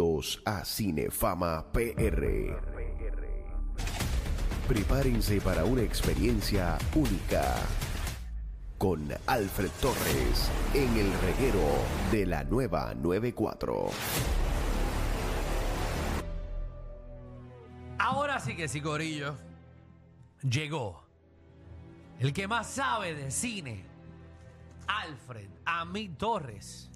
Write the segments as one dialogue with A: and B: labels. A: Bienvenidos a Cinefama PR. Prepárense para una experiencia única con Alfred Torres en el reguero de la nueva 94.
B: Ahora sí que sí, Corillo. Llegó el que más sabe de cine, Alfred Amid Torres.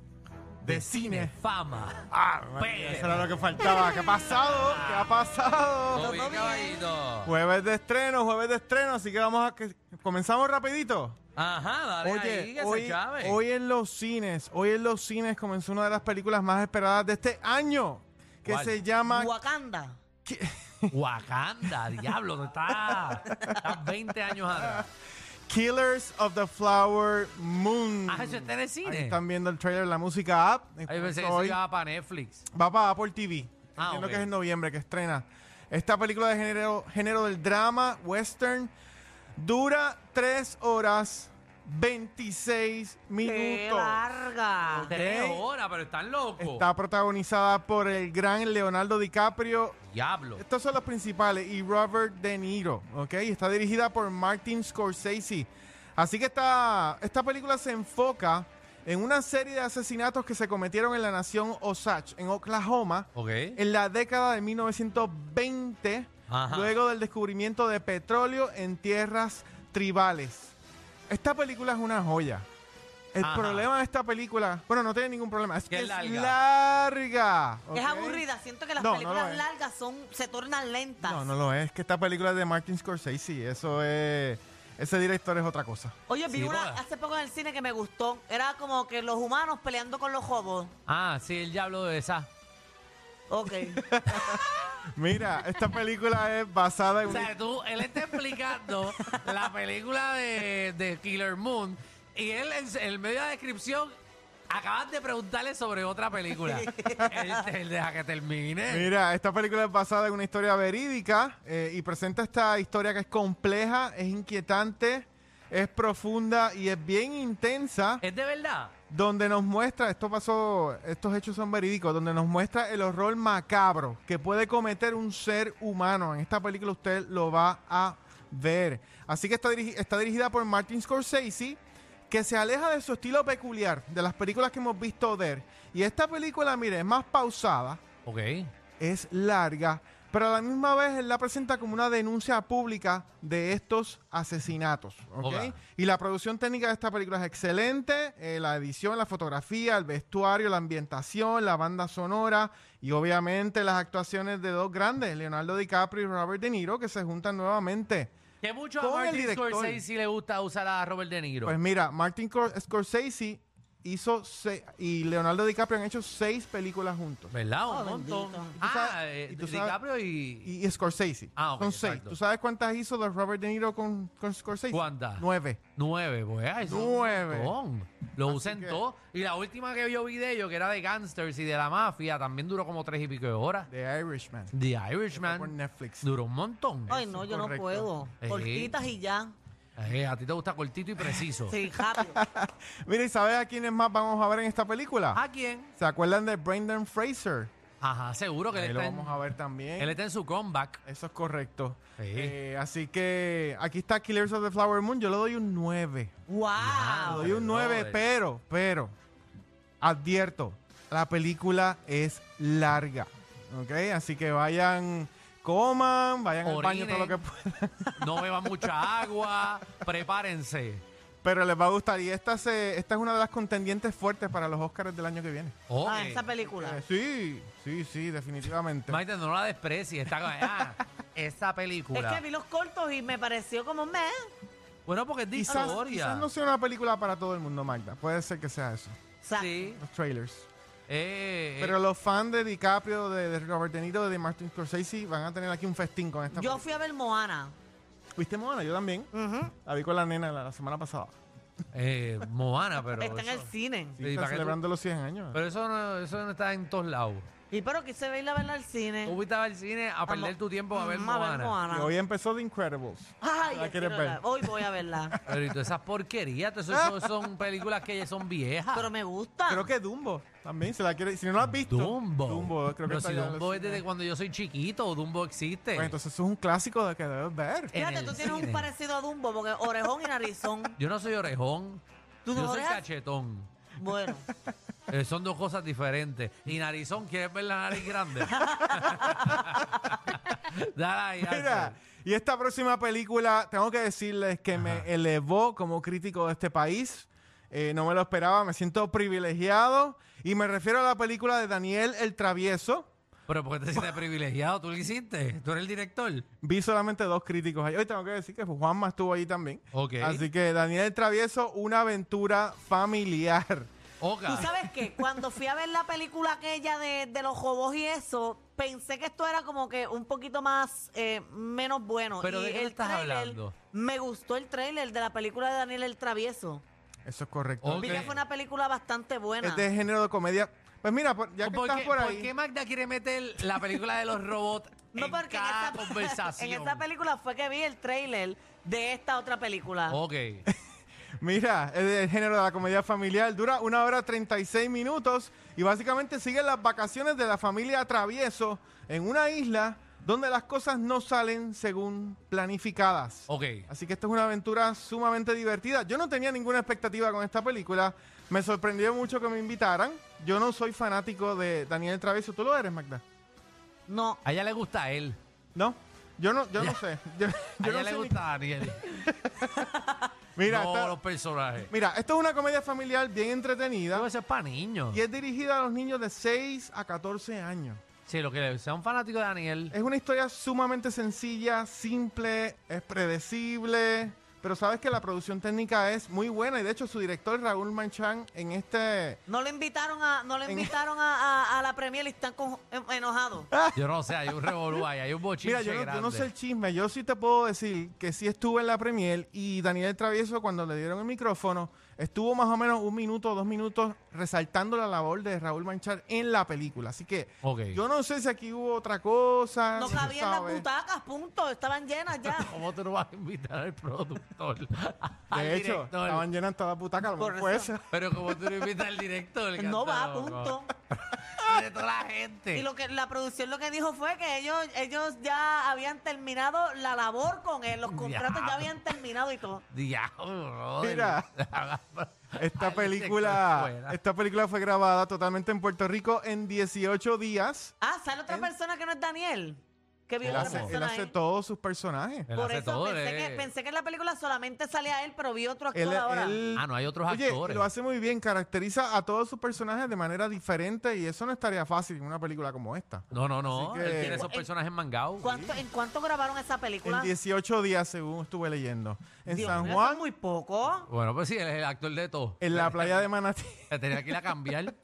C: de cine.
B: Fama.
C: Ah,
B: Pero-
C: eso era lo que faltaba. ¿Qué ha pasado? ¿Qué ha pasado?
B: Todo bien, caballito.
C: Jueves de estreno, jueves de estreno, así que vamos a que comenzamos rapidito.
B: Ajá, dale ahí, que se
C: hoy,
B: chave.
C: hoy en los cines, hoy en los cines comenzó una de las películas más esperadas de este año, que
B: ¿Cuál?
C: se llama
D: Wakanda.
B: Wakanda, diablo, tú estás, estás 20 años atrás.
C: Killers of the Flower Moon.
B: Ah, eso está en el cine.
C: Ahí están viendo el trailer, la música app.
B: Ahí pensé que eso
C: Hoy-
B: iba para Netflix.
C: Va para Apple TV.
B: Ah,
C: Entiendo
B: ok.
C: que es en noviembre que estrena. Esta película de género, género del drama, western, dura 3 horas 26
D: ¡Qué
C: minutos.
D: larga!
B: Tres horas, pero están locos.
C: Está protagonizada por el gran Leonardo DiCaprio.
B: Diablo.
C: Estos son los principales. Y Robert De Niro, ¿ok? Y Está dirigida por Martin Scorsese. Así que esta, esta película se enfoca en una serie de asesinatos que se cometieron en la nación Osage, en Oklahoma,
B: Ok.
C: en la década de 1920,
B: Ajá.
C: luego del descubrimiento de petróleo en tierras tribales. Esta película es una joya. El
B: Ajá.
C: problema de esta película, bueno, no tiene ningún problema, es
B: Que
C: que
B: es
C: es
B: larga.
C: larga.
D: Es
C: ¿ok?
D: aburrida. Siento que las
C: No, no
D: películas
C: lo es.
D: largas son, se tornan lentas.
C: No, no lo es, que esta película es de Martin Scorsese, eso es, ese director es otra cosa.
D: Oye, vi
B: Sí,
D: una
B: boda.
D: hace poco en el cine que me gustó. Era como que los humanos peleando con los hobos.
B: Ah, sí, el diablo de esa.
D: Ok.
C: Mira, esta película es basada en...
B: O sea, tú, él está explicando la película de, de Killer Moon y él en, en medio de la descripción acabas de preguntarle sobre otra película. él, él deja que termine.
C: Mira, esta película es basada en una historia verídica eh, y presenta esta historia que es compleja, es inquietante, es profunda y es bien intensa,
B: Es de verdad.
C: donde nos muestra, esto pasó, estos hechos son verídicos, donde nos muestra el horror macabro que puede cometer un ser humano. En esta película usted lo va a ver. Así que está, dirigi- está dirigida por Martin Scorsese que se aleja de su estilo peculiar, de las películas que hemos visto de él. Y esta película, mire, es más pausada,
B: Ok.
C: es larga, pero a la misma vez él la presenta como una denuncia pública de estos asesinatos. ¿ok?
B: Hola.
C: Y la producción técnica de esta película es excelente, eh, la edición, la fotografía, el vestuario, la ambientación, la banda sonora y obviamente las actuaciones de dos grandes, Leonardo DiCaprio y Robert De Niro, que se juntan nuevamente.
B: Que mucho a
C: Con el
B: Martin
C: director.
B: Scorsese sí le gusta usar a Robert De Niro.
C: Pues mira, Martin Cor- Scorsese hizo se- y Leonardo DiCaprio han hecho seis películas juntos.
B: ¿Verdad? Un
D: Oh,
B: montón.
D: bendito.
C: tú
B: Ah,
C: sabes-
B: eh,
C: y tú sabes-
B: DiCaprio y...
C: y, y Scorsese.
B: Ah, ok,
C: Son seis.
B: exacto.
C: ¿Tú sabes cuántas hizo de Robert De Niro con, con Scorsese?
B: ¿Cuántas?
C: Nueve.
B: Nueve, pues. ay, son un
C: Nueve.
B: montón. Lo
C: Así
B: usan
C: que-
B: todo. Y la última que yo vi de ellos, que era de gangsters y de la mafia, también duró como tres y pico de horas.
C: The Irishman.
B: The
C: Está por
B: Irishman
C: Netflix.
B: duró un montón.
D: Ay, no, yo
C: correcto.
D: no
B: Eh.
D: puedo. Cortitas y ya.
B: Eh, a ti te gusta cortito y
C: Oh.
B: preciso.
D: Sí, rápido.
C: Mira, ¿y sabes a quiénes más vamos a ver en esta película?
B: ¿A quién?
C: ¿Se acuerdan de Brendan Fraser?
B: Ajá, seguro que
C: Ahí
B: él
C: lo
B: está, en,
C: vamos a ver también.
B: él está en su comeback.
C: Eso es correcto.
B: Sí.
C: Eh, así que aquí está Killers of the Flower Moon. Yo le doy un 9. Le
D: ¡Wow!
C: doy un 9,
B: Ah, brother.
C: pero, pero, advierto, la película es larga. ¿Ok? Así que vayan, coman, vayan al baño todo lo que
B: Orinen.
C: puedan.
B: No beba mucha agua. Prepárense.
C: Pero les va a gustar. Y esta, se, esta es una de las contendientes fuertes para los Oscars del año que viene.
B: Oh,
D: Ah,
B: eh,
D: esa película.
C: Eh, sí, sí, sí, definitivamente.
B: Maite, no la desprecies. Está, ah, esa
D: Es
B: película.
D: que vi los cortos y me pareció como mes.
B: Bueno, porque es de
C: Quizás,
B: historia.
C: quizás no sea una película para todo el mundo, Magda. Puede ser que sea eso.
B: Sí.
C: Los trailers.
B: Eh,
C: Pero los fans de DiCaprio, de, de Robert De Niro, de Martin Scorsese van a tener aquí un festín con esta
D: Yo
C: película.
D: fui a ver Moana.
C: ¿Viste Moana? Yo también. La vi con la nena la, la semana pasada.
B: eh, Moana, pero.
D: Está en el
B: eso-
D: cine.
C: Sí,
B: ¿Y
C: está
B: para qué tú-
C: celebrando los 100 años.
B: Pero eso no, eso no está en todos lados.
D: Y pero quise verla verla al
B: Tú
D: cine.
B: fuiste a ver cine a perder tu tiempo a ver
D: Mm, Eh. a ver
B: Moana.
C: Y
D: Moana.
C: hoy empezó The Incredibles.
D: Ay,
C: ¿La
D: yo
C: quieres
D: quiero
C: ver?
D: la- Hoy voy a verla.
B: Pero y todas esas porquerías, todas esas son- son películas que ya son viejas.
D: Pero me gusta.
C: Creo que Dumbo también, si la quiere, si no la has visto.
B: Dumbo.
C: Dumbo, creo que
B: Pero
C: está
B: si
C: ya en
B: Dumbo
C: los
B: es desde
C: cines.
B: cuando yo soy chiquito, Dumbo existe.
C: Pues entonces eso es un clásico de que debes ver.
B: en
D: Fíjate,
B: el
D: tú tienes
B: cine.
D: un parecido a Dumbo, porque orejón y narizón.
B: Yo no soy orejón.
D: ¿Tú no
B: yo soy
D: orejas?
B: cachetón.
D: Bueno,
B: Eh, son dos cosas diferentes. Y narizón, ¿quieres ver la nariz grande? Dale ahí,
C: Mira,
B: Axel.
C: y esta próxima película, tengo que decirles que me elevó como crítico de este país. Eh, no me lo esperaba, me siento privilegiado. Y me refiero a la película de Daniel el Travieso.
B: Pero porque te sientes privilegiado, tú lo hiciste. Tú eres el director.
C: Vi solamente dos críticos ahí. Hoy tengo que decir que Juanma estuvo allí también.
B: Ok.
C: Así que Daniel el Travieso, una aventura familiar.
B: Oca.
D: tú sabes que cuando fui a ver la película aquella de, de los jobos y eso, pensé que esto era como que un poquito más, eh, menos bueno.
B: ¿Pero
D: y
B: de qué tú
D: el
B: estás
D: tráiler-
B: hablando?
D: Me gustó el tráiler de la película de Daniel el Travieso.
C: Eso es correcto.
B: Ok. Este
D: Vi que fue una película bastante buena.
C: Es de género de comedia. Pues mira, por- ya que
B: ¿Por,
C: estás
B: qué,
C: por
B: por
C: ahí.
B: qué Magda quiere meter la película de los robots en cada
D: en esa-
B: conversación?
D: en esa película fue que vi el tráiler de esta otra película.
B: Ok.
C: Mira, es del género de la comedia familiar, dura una hora 36 minutos y básicamente sigue las vacaciones de la familia Travieso en una isla donde las cosas no salen según planificadas.
B: Ok.
C: Así que esto es una aventura sumamente divertida. Yo no tenía ninguna expectativa con esta película. Me sorprendió mucho que me invitaran. Yo no soy fanático de Daniel Travieso. ¿Tú lo eres, Magda?
D: No,
B: A ella le gusta a él.
C: No. Yo no, yo no sé. Yo,
B: A ella
C: yo no
B: le
C: sé ni-
B: gusta a Daniel.
C: Mira,
B: no
C: esta-
B: los personajes.
C: mira, esto es una comedia familiar bien entretenida.
B: Digo, Eso es para niños.
C: Y es dirigida a los niños de 6 a 14 años.
B: Sí, lo que le- sea un fanático de Daniel.
C: Es una historia sumamente sencilla, simple, es predecible. Pero sabes que la producción técnica es muy buena y de hecho su director Raúl Manchán en este...
D: no le invitaron a, no le
C: En-
D: invitaron a, a- a la premier y están con- en- enojados.
C: Ah,
B: Yo no sé, hay un revolú ahí, hay un bochinche
C: Mira, yo no, yo no
B: grande.
C: sé el chisme, yo sí te puedo decir que sí estuve en la premier y Daniel Travieso cuando le dieron el micrófono estuvo más o menos un minuto o dos minutos resaltando la labor de Raúl Manchán en la película. Así que
B: Ok.
C: yo no sé si aquí hubo otra cosa.
D: No
C: si se
D: cabían las
C: sabe.
D: butacas, punto. Estaban llenas ya.
B: ¿Cómo tú no vas a invitar al productor? al
C: De hecho,
B: director?
C: estaban llenas todas las butacas, a lo mejor
D: Por
C: fue
D: eso.
C: esa.
B: Pero como tú no invitas al director. que
D: No
B: está
D: va,
B: loco.
D: punto.
B: De toda la gente.
D: Y lo que la producción lo que dijo fue que ellos, ellos ya habían terminado la labor con él, los contratos
B: Diablo.
D: ya habían terminado y todo.
B: Diablo, brother.
C: Mira, Esta
B: Al director
C: película,
B: fuera.
C: esta película fue grabada totalmente en Puerto Rico en 18 días.
D: Ah, sale otra
C: ¿Eh?
D: persona que no es Daniel. Que vio
C: Él
D: otra
C: hace, él
D: persona ¿eh?
C: hace
D: ahí.
C: todos sus personajes.
B: Él
D: Por
B: hace
D: eso
B: todo,
D: pensé,
B: eh.
D: que, pensé que en la película solamente salía él, pero vi otro actor
C: Él-
D: ahora.
C: él-
B: Ah, no, hay otros
C: Oye,
B: actores.
C: lo hace muy bien, caracteriza a todos sus personajes de manera diferente y eso no estaría fácil en una película como esta.
B: No, no, no.
C: Así que-
B: Él tiene esos personajes mangados.
D: ¿Cuánto- ¿En cuánto grabaron esa película?
C: En 18 días, según estuve leyendo. En
D: Dios
C: San
D: mío,
C: Juan,
D: eso es muy poco.
B: Bueno, pues sí, él es el actor de todo.
C: en la playa de Manatí
B: Se tenía que ir a cambiar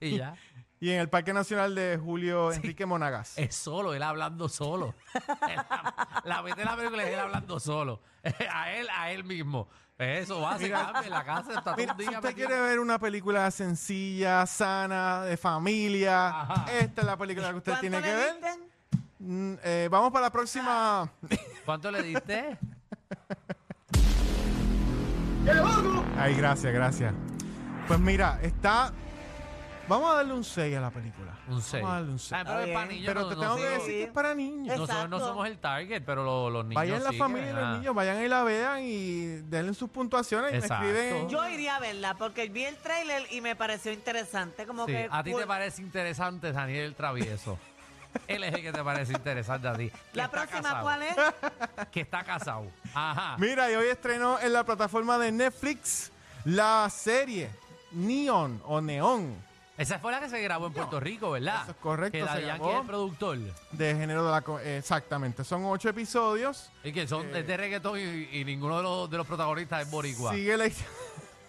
B: y ya.
C: y en el Parque Nacional de Julio Enrique Monagas.
B: Es solo, él hablando solo. la, la mitad de la película es él hablando solo. a él, a él mismo. Eso va, se cambia en la casa, está todo
C: Mira,
B: un
C: si
B: día.
C: usted
B: metido.
C: quiere ver una película sencilla, sana, de familia,
B: Ajá.
C: esta es la película que usted
D: ¿Cuánto
C: tiene
D: le
C: que ver.
D: diste? Ah.
C: Mm, eh, vamos para la próxima.
B: ¿Cuánto le diste?
C: Ay, gracias, gracias. Pues mira, está. Vamos a darle un 6 a la película.
B: Un 6.
C: Vamos a darle un 6.
B: pero es
D: Está
B: para
D: bien.
B: niños.
C: Pero
B: no-
C: te
B: no
C: tengo que
B: sigo.
C: decir que es para niños.
B: Nosotros no
D: Exacto.
B: somos el target, pero lo- los niños.
C: Vayan la
B: sí,
C: familia y
B: ajá.
C: los niños, vayan y la vean y denle sus puntuaciones y
B: Exacto.
C: me escriben.
D: Yo iría a verla porque vi el tráiler y me pareció interesante. Como
B: Sí,
D: que
B: a ti te
D: cool.
B: parece interesante Daniel el Travieso. Él es el que te parece interesante a ti. que
D: La
B: está
D: próxima,
B: casado,
D: ¿cuál es?
B: Que está casado. Ajá.
C: Mira, y hoy estrenó en la plataforma de Netflix la serie Neon o Neón
B: Esa fue la que se grabó en Puerto Rico, ¿verdad?
C: Eso es correcto,
B: Que
C: se
B: Daddy Yankee
C: grabó.
B: es el productor.
C: de género de la. co- eh, Exactamente, son ocho episodios.
B: Y que son es de reggaetón y, y ninguno de los, de los protagonistas es boricua.
C: Sigue la,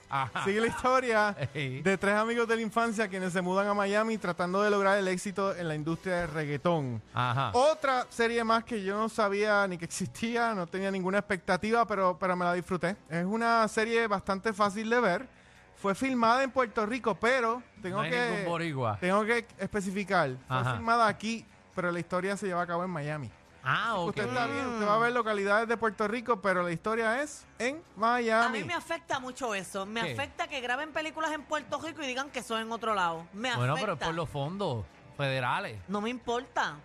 B: Ajá.
C: sigue la historia
B: Ey.
C: de tres amigos de la infancia quienes se mudan a Miami tratando de lograr el éxito en la industria del reggaetón.
B: Ajá.
C: Otra serie más que yo no sabía ni que existía, no tenía ninguna expectativa, pero, pero me la disfruté. Es una serie bastante fácil de ver. Fue filmada en Puerto Rico, pero tengo
B: No hay ningún
C: que
B: boricua.
C: tengo que especificar. Fue
B: Ajá.
C: filmada aquí, pero la historia se lleva a cabo en Miami.
B: Ah, ok.
C: Usted está bien, usted va a ver localidades de Puerto Rico, pero la historia es en
D: A
C: Miami.
D: mí me afecta mucho eso. Me
B: ¿Qué?
D: afecta que graben películas en Puerto Rico y digan que son en otro lado. Me
B: Bueno, pero es
D: afecta.
B: por los fondos federales.
D: No me importa.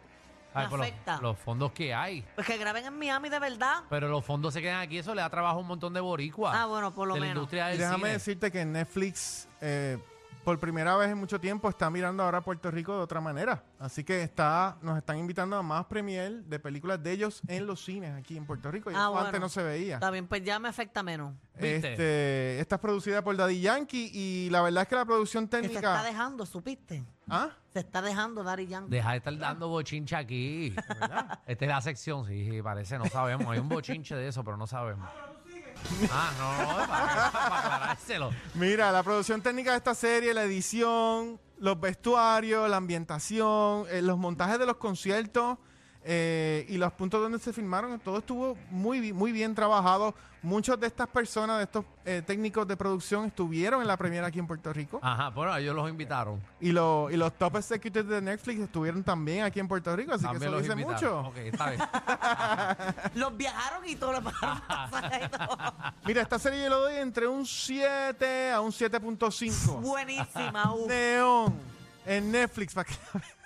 B: Ay,
D: me
B: por los-
D: afecta.
B: los fondos que hay.
D: Pues que graben en Miami de verdad.
B: Pero los fondos se quedan aquí, eso le da trabajo a un montón de boricuas.
D: Ah, bueno, por lo
B: de la
D: menos.
B: industria del
C: Y déjame
B: cine.
C: decirte que Netflix, eh, por primera vez en mucho tiempo, está mirando ahora a Puerto Rico de otra manera. Así que está, nos están invitando a más premier de películas de ellos en los cines aquí en Puerto Rico. Y
D: Ah,
C: eso
D: bueno.
C: Pues, antes no se veía.
D: Está bien, pues ya me afecta menos.
B: ¿Viste?
C: Este, esta es producida por Daddy Yankee y la verdad es que la producción
D: Que se está
C: técnica.
D: dejando, supiste.
C: ¿Ah?
D: Se está dejando Dari Yankee.
B: Deja de estar dando bochincha aquí. Esta es la sección, sí, sí, parece, no sabemos. Hay un bochinche de eso, pero no sabemos. Ah, no, no, para, para aclarárselo.
C: Mira, la producción técnica de esta serie, la edición, los vestuarios, la ambientación, eh, los montajes de los conciertos eh, y los puntos donde se filmaron, todo estuvo muy, bi- muy bien trabajado. Muchos de estas personas, de estos eh, técnicos de producción, estuvieron en la premiera aquí en Puerto Rico.
B: Ajá, bueno, ellos los invitaron.
C: Y, lo- y los top executives de Netflix estuvieron también aquí en Puerto Rico, así
B: También
C: que
B: los
C: eso dice
B: invitaron.
C: mucho.
B: Ok, está bien.
D: Los viajaron y todo lo pagaron pasaje y todo.
C: Mira, esta serie yo le doy entre un 7 a un 7.5.
D: Buenísima, uf.
C: Neón en Netflix, para que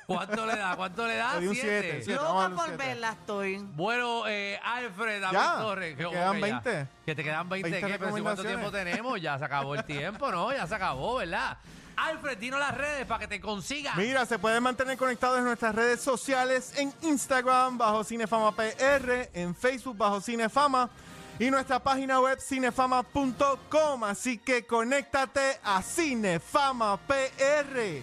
B: ¿Cuánto le da? ¿Cuánto le da?
C: Le di un
B: Siete.
C: siete, siete. vamos a
D: Loca
C: los
D: por
C: siete.
D: verla estoy.
B: Bueno, eh, Alfred, David
C: Ya,
B: Torres.
C: te
B: ok,
C: quedan
B: ya.
C: 20.
B: Que te quedan 20.
C: 20
B: ¿qué? Pero si ¿Cuánto tiempo
C: recomendaciones.
B: tenemos? Ya se acabó el tiempo, ¿no? Ya se acabó, ¿verdad? Alfred, dinos las redes para que te consigan.
C: Mira, se pueden mantener conectados en nuestras redes sociales, en Instagram bajo Cinefama PR, en Facebook bajo Cinefama y nuestra página web cinefama.com. Así que conéctate a Cinefama PR.